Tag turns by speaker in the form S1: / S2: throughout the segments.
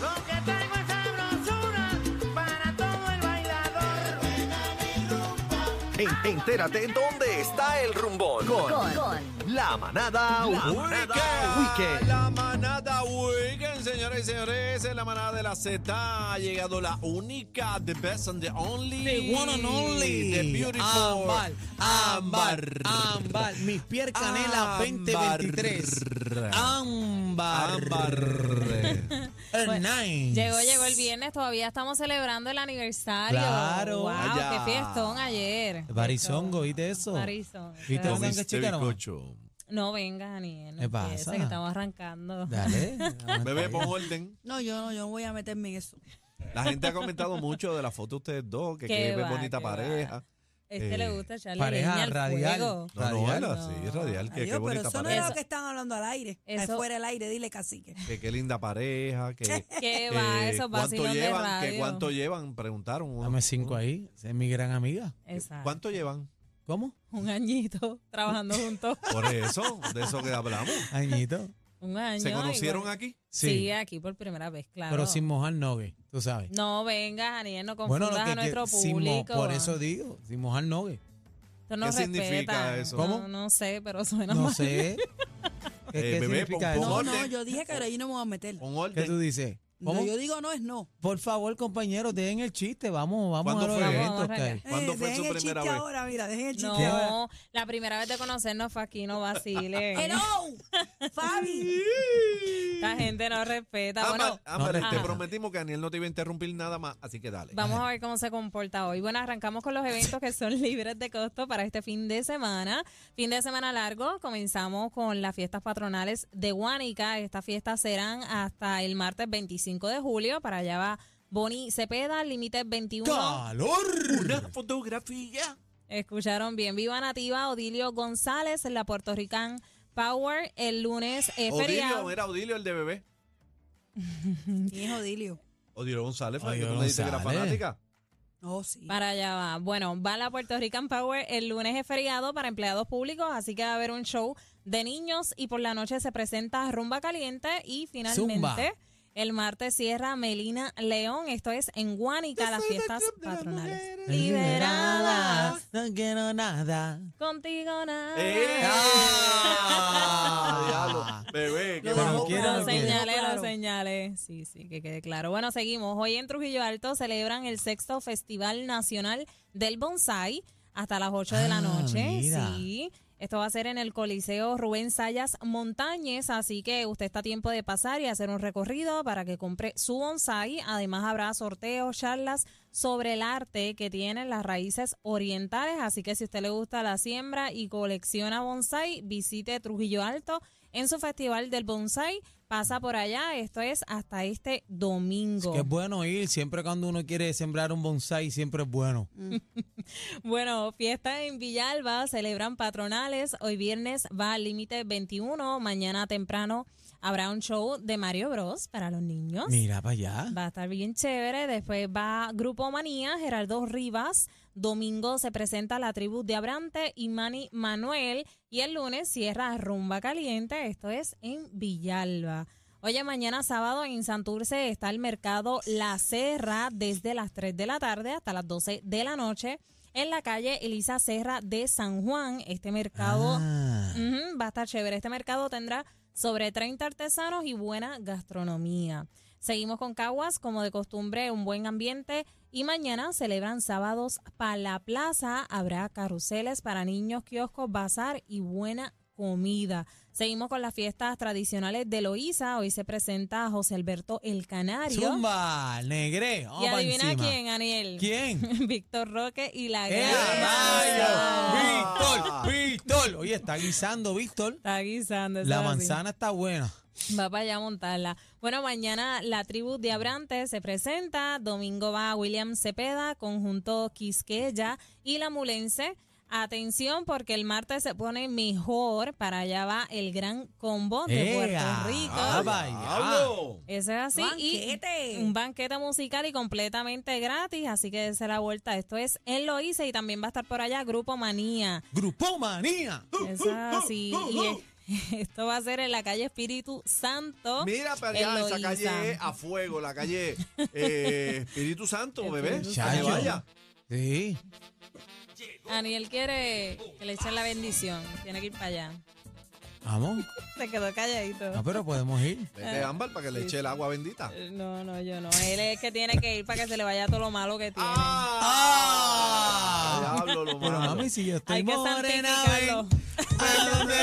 S1: Lo que tengo es sabrosura para todo el bailador.
S2: En- entérate dónde está el rumbón con, la manada Weekend.
S3: La manada Weekend, señoras y señores, en la manada de la Z ha llegado la única, the best and the only.
S4: The one and only.
S3: The beautiful.
S4: Ámbar, ámbar, ámbar. Mis Pierre Canela
S3: Ámbar.
S4: 2023. Ámbar.
S3: Ámbar.
S4: Eh, nice.
S5: Llegó, llegó el viernes, todavía estamos celebrando el aniversario.
S4: Claro.
S5: Wow,
S3: Vaya.
S5: qué fiestón ayer.
S4: Barizongo, ¿viste eso?
S5: Barizongo.
S4: ¿Viste
S5: Pero-
S4: esa
S3: Comiste
S4: chica no?
S3: bizcocho.
S5: No vengas, Daniel.
S4: ¿Qué
S5: No
S4: pasa?
S5: empieces, que estamos arrancando.
S4: Dale.
S3: Bebé, pon orden.
S6: No, yo no, yo no voy a meterme en eso.
S3: La gente ha comentado mucho de la foto de ustedes dos, que
S5: Qué
S3: qué,
S5: va,
S3: bonita
S5: qué va.
S3: pareja.
S5: Este
S3: Eh,
S5: le gusta echarle leña
S4: Pareja
S5: al
S4: radial.
S5: fuego.
S3: No, no,
S4: Radial.
S3: era así, es radial, que qué
S6: Adiós, pero
S3: bonita
S6: eso no es
S3: pareja.
S6: lo que están hablando al aire.
S5: Eso-
S6: Al fuera del aire, dile cacique.
S3: Que qué linda pareja, que
S5: Qué
S3: eh,
S5: va, esos
S3: cuánto
S5: vacilones de
S3: llevan, que
S5: radio.
S3: cuánto llevan, preguntaron.
S4: Dame cinco ahí. Esa es mi gran amiga.
S5: Exacto.
S3: ¿Cuánto llevan?
S4: ¿Cómo?
S5: Un añito trabajando juntos.
S3: Por eso, de eso que hablamos.
S4: Añito.
S5: Un año.
S3: ¿Se conocieron
S5: igual.
S3: aquí?
S4: Sí.
S5: Sí, aquí por primera vez, claro.
S4: Pero sin mojar nogue, tú sabes.
S5: No vengas, Daniel, no confundas a
S4: quie-
S5: nuestro
S4: sin mo-
S5: público.
S4: Por eso digo, sin mojar nogue.
S5: Esto no
S3: ¿Qué significa
S5: respeta.
S3: eso?
S5: No,
S4: ¿Cómo?
S5: No sé, pero suena
S4: No
S5: mal.
S4: sé. ¿Qué,
S3: Eh,
S4: qué
S3: bebé,
S4: significa
S3: pon-
S4: eso?
S6: No,
S3: Orden.
S6: no, yo dije que ahí no me voy a meter.
S3: Con
S4: ¿Qué tú
S3: orden.
S4: dices?
S6: No,
S4: ¿Cómo?
S6: yo digo no es no.
S4: Por favor, compañeros, den el chiste. Vamos, vamos
S3: ¿Cuándo
S4: a los
S3: fue?
S4: eventos
S5: Vamos,
S4: que hay.
S5: arranca.
S3: ¿Cuándo fue
S6: Eh, dejen
S3: su
S6: el
S3: primera
S6: chiste
S3: vez?
S6: ahora, mira, dejen el chiste.
S5: No, la primera vez de conocernos fue aquí, no vaciles.
S6: ¡Hello! ¡Fabi!
S5: Esta gente no respeta.
S3: Ámbar,
S5: Bueno,
S3: Ámbar,
S4: no,
S3: Ah, te
S5: ajá.
S3: prometimos que Daniel no te iba a interrumpir nada más, así que dale.
S5: vamos a ver cómo se comporta hoy. Bueno, arrancamos con los eventos que son libres de costo para este fin de semana. Fin de semana largo, comenzamos con las fiestas patronales de Guánica. Estas fiestas serán hasta el martes 25 de julio. Para allá va Boni Cepeda, límite 21.
S3: Una
S4: ¡Calor!
S3: fotografía.
S5: Escucharon bien. Viva Nativa, Odilio González, la Puerto Rican Power. El lunes es feriado.
S3: Odilio, era Odilio el de bebé.
S6: ¿Quién es Odilio?
S3: Odilio González, fue el que
S4: Odilio
S3: tú me dijiste que era
S4: González.
S3: fanática.
S6: Oh, sí.
S5: Para allá va. Bueno, va la Puerto Rican Power. El lunes es feriado para empleados públicos, así que va a haber un show de niños y por la noche se presenta Rumba Caliente y finalmente
S4: Zumba.
S5: el martes cierra Melina León. Esto es en Guánica, las fiestas patronales. Liberadas.
S4: No quiero nada.
S5: Contigo nada.
S3: ¡Eh!
S4: Ah.
S3: Diablo. Bebé, qué
S6: Lo
S3: bajón.
S4: dejó Quiero,
S5: Lo
S4: no quiero.
S5: señalé,
S6: Claro.
S5: lo señalé. Sí, sí, que quede claro. Bueno, seguimos. Hoy en Trujillo Alto celebran el sexto Festival Nacional del Bonsai hasta las 8 de la
S4: Ah,
S5: noche.
S4: mira.
S5: Sí. Esto va a ser en el Coliseo Rubén Sayas Montañez, así que usted está a tiempo de pasar y hacer un recorrido para que compre su bonsai. Además habrá sorteos, charlas sobre el arte que tienen las raíces orientales, así que si a usted le gusta la siembra y colecciona bonsai, visite Trujillo Alto en su Festival del Bonsai. Pasa por allá, esto es hasta este domingo.
S4: Que es bueno ir. Siempre cuando uno quiere sembrar un bonsai, siempre es bueno.
S5: Bueno, fiesta en Villalba, celebran patronales. Hoy viernes va al límite 21, mañana temprano habrá un show de Mario Bros para los niños.
S4: Mira para allá.
S5: Va a estar bien chévere. Después va Grupo Manía, Gerardo Rivas. Domingo se presenta la tribu de Abrante y Manny Manuel. Y el lunes cierra Rumba Caliente. Esto es en Villalba. Oye, mañana sábado en Santurce está el mercado La Serra desde las 3 de la tarde hasta las 12 de la noche en la calle Elisa Serra de San Juan. Este mercado
S4: Ah.
S5: Ujú, va a estar chévere. Este mercado tendrá sobre 30 artesanos y buena gastronomía. Seguimos con Caguas, como de costumbre, un buen ambiente. Y mañana celebran sábados para la plaza. Habrá carruseles para niños, kioscos, bazar y buena comida. Seguimos con las fiestas tradicionales de Loíza. Hoy se presenta José Alberto El Canario.
S4: Zumba, negre. Vamos
S5: y
S4: pa'
S5: adivina
S4: encima.
S5: quién, Aniel.
S4: ¿Quién? ¡Eh,
S5: Víctor Roque y la
S4: ¡Ea,
S5: Gran.
S4: rayo! Víctor, Víctor. Oye, está guisando Víctor.
S5: Está guisando. eso
S4: La
S5: es así.
S4: manzana está buena.
S5: Va para allá a montarla. Bueno, mañana la tribu de Abrante se presenta. Domingo va William Cepeda, conjunto Quisqueya y la Mulense. Atención porque el martes se pone mejor. Para allá va el gran combo de
S4: ¡Ea!
S5: Puerto Rico.
S4: Ah, vaya.
S5: Eso es así.
S6: Banquete.
S5: Y un banquete musical y completamente gratis. Así que dése la vuelta. Esto es Él lo hice y también va a estar por allá Grupo Manía.
S4: Grupo Manía.
S5: Eso es así. Y es- esto va a ser en la calle Espíritu Santo.
S3: Mira para allá,
S5: en
S3: esa
S5: Loíza.
S3: calle es a fuego, la calle eh, Espíritu Santo, bebé.
S5: Espíritu
S3: para que
S4: Chacho.
S3: vaya.
S4: Sí.
S5: Aniel quiere que le echen la bendición. Tiene que ir para allá.
S4: Vamos.
S5: Se quedó calladito.
S4: No, pero podemos ir.
S3: Vete, Ámbar, para que le eche el agua bendita.
S5: Eh, No, no, yo no. Él es que tiene que ir para que se le vaya todo lo malo que tiene.
S3: Ah, Diablo, lo
S4: Pero
S3: malo.
S4: mami, si yo estoy
S5: Hay que
S4: morena,
S5: santificarlo.
S4: ven. En donde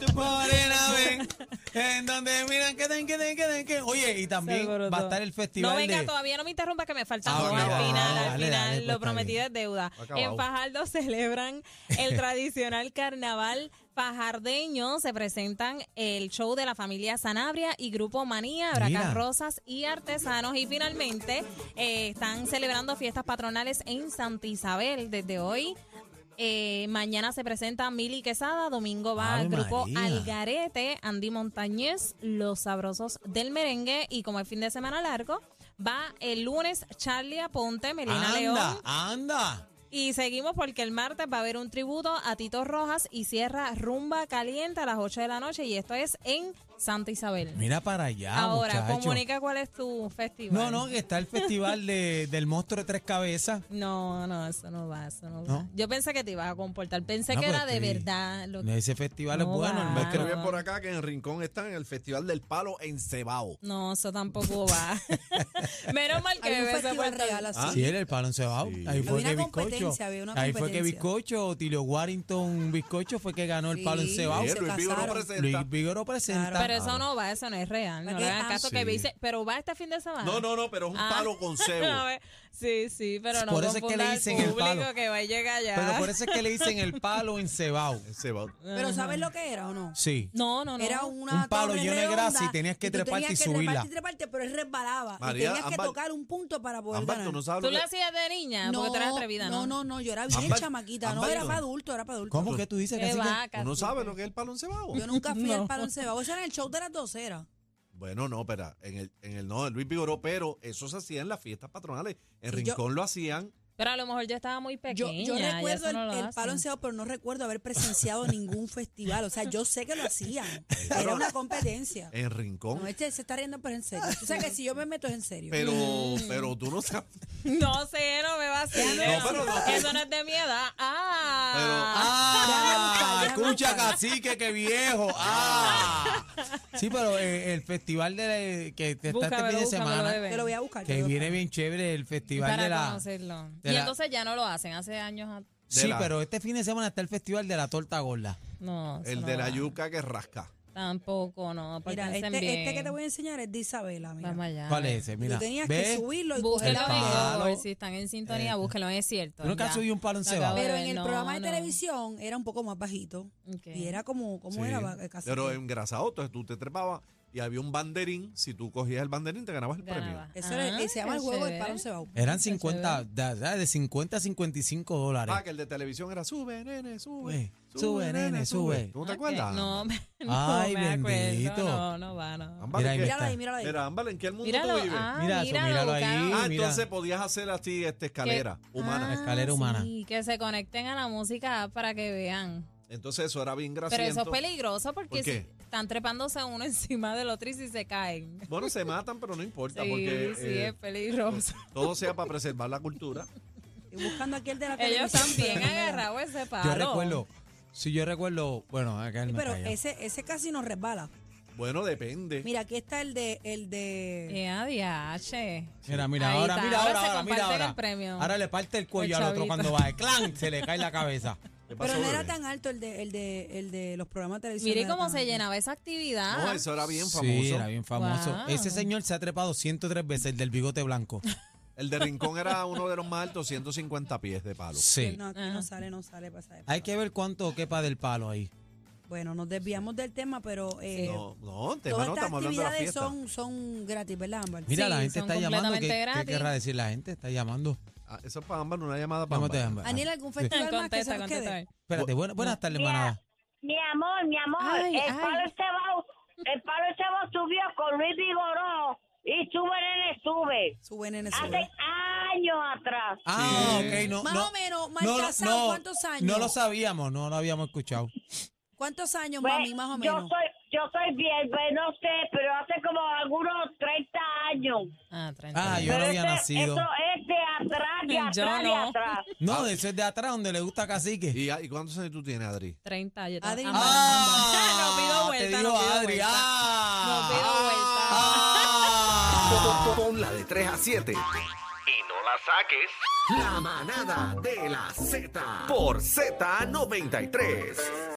S4: vi, morena, ven. En donde miran que den, que den, que den, que. Oye, y también
S5: Seguro
S4: va a
S5: todo.
S4: estar el festival
S5: No venga,
S4: de.
S5: todavía no me interrumpa que me falta
S4: Ah,
S5: dos
S4: ok,
S5: al
S4: dale,
S5: final.
S4: dale,
S5: al
S4: dale,
S5: final
S4: dale, pues,
S5: lo
S4: está
S5: prometido
S4: bien.
S5: es deuda.
S3: Acabado.
S5: En Fajardo celebran el tradicional carnaval fajardeño. Se presentan el show de la familia Sanabria y Grupo Manía, habrá
S4: Mira.
S5: carrozas y artesanos. Y finalmente eh, están celebrando fiestas patronales en Santa Isabel desde hoy. Eh, mañana se presenta Mili Quesada, domingo va
S4: Ave
S5: el grupo
S4: María.
S5: Algarete, Andy Montañez, Los Sabrosos del Merengue y como es fin de semana largo, va el lunes Charlie Aponte, Melina León
S4: Anda, anda.
S5: y seguimos porque el martes va a haber un tributo a Tito Rojas y cierra Rumba Caliente a las 8 de la noche y esto es en Santa Isabel.
S4: Mira para allá.
S5: Ahora,
S4: muchacho.
S5: comunica cuál es tu festival.
S4: No, no, que está el festival de, del monstruo de tres cabezas.
S5: No, no, eso no va, eso no, va.
S4: ¿No?
S5: Yo pensé que te ibas a comportar, pensé
S4: No,
S5: que
S4: pero
S5: era de
S4: estoy-
S5: verdad lo que...
S4: Ese festival
S5: No
S4: es bueno.
S5: va.
S3: Me
S4: hermano.
S3: escribían por acá que en Rincón están en el Festival del Palo en Cebao.
S5: No, eso tampoco va. Menos mal que
S6: Hay un
S5: bebé se
S6: festival
S5: porta
S6: real así.
S4: Ah, Sí, era el palo cebado. Ahí fue
S6: Había
S4: que
S6: una
S4: bizcocho.
S6: competencia, había una
S4: Ahí fue que
S6: competencia.
S4: bizcocho, Tilio Warrington bizcocho fue que ganó el palo
S6: Sí.
S4: encebado.
S3: Bien,
S6: se
S3: Luis Vigoro
S6: casaron.
S3: presenta.
S4: Luis Vigoro presenta.
S5: Pero eso no va, eso no es real. No
S6: ¿Para
S5: le
S6: qué?
S5: hagan caso
S3: Ah,
S5: que
S3: sí.
S5: dice, pero va este fin de semana.
S3: No, no, no, pero es un
S5: Ah.
S3: palo con cebo.
S5: A ver, sí, sí, pero no
S4: Por eso es que le
S5: confunda al
S4: dicen el
S5: público
S4: palo.
S5: que va a llegar allá.
S4: Pero por eso es que le dicen el palo encebado.
S3: En Cebao.
S6: Pero ¿sabes lo que era o no?
S4: Sí.
S5: No, no, no.
S6: Era una
S4: Un palo
S6: torre
S4: lleno de
S6: redonda
S4: grasa y tenías que
S6: tú
S4: treparte
S6: tenías
S4: y
S6: que
S4: subirla.
S6: treparte y treparte, pero él resbalaba. y
S3: María,
S6: tenías que
S3: Ámbar-
S6: tocar un punto para poder
S3: Ámbar,
S6: ganar.
S3: tú no sabes
S5: Tú
S3: lo
S5: lo
S3: que-
S5: hacías de niña, Ah, porque tú eras atrevida, ¿no?
S6: no, no, no, yo era bien
S3: Ámbar-
S6: chamaquita, no
S3: Ámbar
S6: era
S3: no.
S6: para adulto, era para adulto.
S4: ¿Cómo que tú dices
S5: Qué
S4: que
S5: vaca,
S3: ¿Tú no
S5: sí.
S3: sabes lo que es el palo en Cebao?
S6: Yo nunca fui
S5: No.
S6: al palo en cebado, eso era en el show de las dos era.
S3: Bueno, no, pero en el, en el no de Luis Vigoró, pero eso se hacía en las fiestas patronales. En
S6: Sí, yo-
S3: Rincón lo hacían.
S5: Pero a lo mejor yo estaba muy
S6: Yo,
S5: pequeña.
S6: yo
S5: ya
S6: recuerdo
S5: eso
S6: el,
S5: no lo
S6: el
S5: hacen.
S6: palo en cebado, pero no recuerdo haber presenciado ningún festival. O sea, yo sé que lo hacían. Era una competencia.
S3: En Rincón.
S6: No, este se está riendo, pero en serio. O sea, que si yo me meto es en serio.
S3: Pero, pero tú no sabes.
S5: No sé, no me va a hacer.
S3: No, pero no.
S5: Eso no es de mi edad. Ah.
S4: Ah,
S6: Ya me busca, ya me
S4: escucha
S6: busca.
S4: cacique, qué viejo. Ah. Sí, pero eh, el festival de la- que te está este
S5: Búscamelo,
S4: fin de
S5: búscamelo,
S4: semana,
S5: bebé.
S6: Yo lo voy a buscar. yo
S4: que
S6: lo voy a
S4: viene bien chévere el festival
S5: para
S4: de la
S5: conocerlo.
S4: de
S5: y
S4: la-
S5: entonces ya no lo hacen, hace años. a-
S4: Sí,
S3: la-
S4: pero este fin de semana está el festival de la torta gorda.
S5: No. eso
S3: El
S5: no
S3: de la
S5: va.
S3: yuca que rasca.
S5: Tampoco, no.
S6: buscar. Mira,
S5: Mira,
S6: este, este que te voy a enseñar es de Isabela. Mira.
S5: Vamos allá.
S4: ¿Cuál es ese? Eh, Mira,
S6: tú tenías
S4: ¿ves?
S6: que subirlo y
S5: Búsquelo
S6: cogerlo.
S4: El
S5: en
S4: palo. Eh.
S5: Google, Si están en sintonía, búsquelo. Es cierto.
S4: Yo nunca
S5: ya.
S4: subí un palo en
S5: Lo
S4: cebado.
S5: acabo de
S6: Pero
S5: ver,
S6: en el
S5: no,
S6: programa de
S5: no.
S6: televisión era un poco más bajito.
S5: Ok.
S6: Y era como, ¿cómo
S3: Sí.
S6: era? Ba- eh, casi
S3: Pero
S6: que-
S3: engrasado, entonces tú te trepabas y había un banderín. Si tú cogías el banderín, te ganabas el
S5: Ganaba.
S3: premio.
S6: Eso era-
S5: Ah,
S6: eh, se llama
S5: qué
S6: el juego del
S5: chévere.
S6: palo cebado.
S4: Eran 50, da- da- de 50 a 55 dólares.
S3: Ah, que el de televisión era sube, nene, sube.
S4: Sube, sube, nene, sube.
S3: ¿Tú no te
S5: Ok,
S3: acuerdas?
S5: Ah, No, me- no
S4: Ay,
S5: me acuerdo.
S4: bendito.
S5: No, no va, no.
S3: Ámbar,
S4: Mira,
S3: ¿en
S4: ahí
S3: qué-
S6: Míralo
S4: está.
S6: ahí, míralo ahí.
S3: Mira, Ámbar, ¿en qué mundo
S5: Míralo,
S3: tú vives?
S5: ah,
S4: Mira
S5: míralo,
S4: eso, míralo ahí.
S5: buscaron.
S3: Ah,
S4: mira.
S3: entonces podías hacer así esta escalera humana.
S4: La escalera
S5: Ah,
S4: humana.
S5: sí, que se conecten a la música para que vean.
S3: Entonces eso era bien gracioso.
S5: Pero eso es peligroso porque
S3: ¿Por qué?
S5: si- están trepándose uno encima del otro y si se caen.
S3: Bueno, se matan, pero no importa,
S5: Sí,
S3: porque
S5: sí,
S3: eh,
S5: es peligroso.
S3: todo sea para preservar la cultura.
S6: Estoy buscando aquí el de la
S5: Ellos
S6: televisión, pero
S5: también
S6: no me da.
S5: agarrados ese palo.
S4: Yo recuerdo, si yo recuerdo, bueno, acá él
S6: Sí,
S4: me
S6: Pero
S4: calla.
S6: ese, ese casi nos resbala.
S3: Bueno, depende.
S6: Mira, aquí está el de, el de.
S5: Eh, adiache.
S4: Mira, mira,
S5: Ahí
S4: ahora,
S5: está,
S4: mira,
S5: ahora
S4: ahora,
S5: se
S4: ahora, mira,
S5: comparten
S4: ahora.
S5: el premio.
S4: Ahora le parte el cuello
S5: El
S4: al otro
S5: chavito.
S4: cuando va. El clan se le cae la cabeza.
S3: ¿Qué pasó,
S6: Pero no era
S3: bebé?
S6: tan alto el de, el de, el de los programas de televisión.
S5: Mire
S6: no era
S5: cómo
S6: tan
S5: se
S6: alto.
S5: llenaba esa actividad.
S3: No, eso era bien famoso.
S4: Sí, era bien famoso.
S5: Wow.
S4: Ese señor se ha trepado 103 veces, el del bigote blanco.
S3: El de Rincón era uno de los más altos, 150 pies de palo.
S4: Sí.
S6: No, aquí
S5: Ajá.
S6: no sale, no sale. Pasa de
S4: Hay
S6: palo.
S4: que ver cuánto quepa del palo ahí.
S6: Bueno, nos desviamos del tema, pero. Eh,
S3: No, no, tema
S6: Todas
S3: no,
S6: estas
S3: estamos hablando de la
S6: actividades
S3: fiesta.
S6: son, son gratis, ¿verdad, Ámbar?
S4: Mira,
S5: Sí,
S4: la gente
S5: son
S4: está llamando. ¿Qué,
S5: completamente
S4: qué
S5: gratis.
S4: querrá decir la gente? Está llamando.
S3: Ah, eso es para Ámbar, una llamada para
S4: Llámate,
S3: Ámbar.
S4: Ámbar.
S6: Daniel, ¿algún festival más que
S5: contesta,
S6: se nos
S5: contesta.
S6: quede?
S5: ahí.
S4: Espérate, buena- buenas tardes, manada.
S7: Mi amor, mi amor,
S5: Ay,
S7: el
S5: ay.
S7: palo Estebao, el palo Estebao subió con Luis Vigoró y sube en el sube.
S6: Suben en
S7: Hace
S6: ese.
S7: años atrás.
S4: Ah,
S3: Sí.
S4: ok, no.
S6: Más
S4: no,
S6: o menos, mal
S4: no, lo-
S6: casado,
S4: no,
S6: ¿cuántos años?
S4: No lo sabíamos, no lo habíamos escuchado.
S6: ¿Cuántos años,
S7: Pues,
S6: mami, más o
S7: Yo
S6: menos?
S7: soy, yo soy bien, pues, no sé, pero hace como algunos 30 años.
S5: Ah, tranquilo.
S4: Ah, yo no
S7: Pero
S4: había
S7: ese-
S5: este
S4: nacido.
S7: Eso es de atrás, de
S5: Yo
S7: atrás, de
S5: no.
S7: atrás.
S4: No, de eso es de atrás, donde le gusta cacique.
S3: ¿Y, ¿Y cuántos años tú tienes, Adri?
S5: 30. Yo
S6: Adri-
S5: Ámbar,
S4: Ah,
S5: Ámbar. no pido
S4: te
S5: vuelta,
S4: digo,
S5: no pido
S4: Adri,
S5: vuelta.
S4: ah,
S5: No pido
S4: ah.
S5: vuelta.
S2: la de 3 a 7. Y no la saques. La manada de la Z por Z93.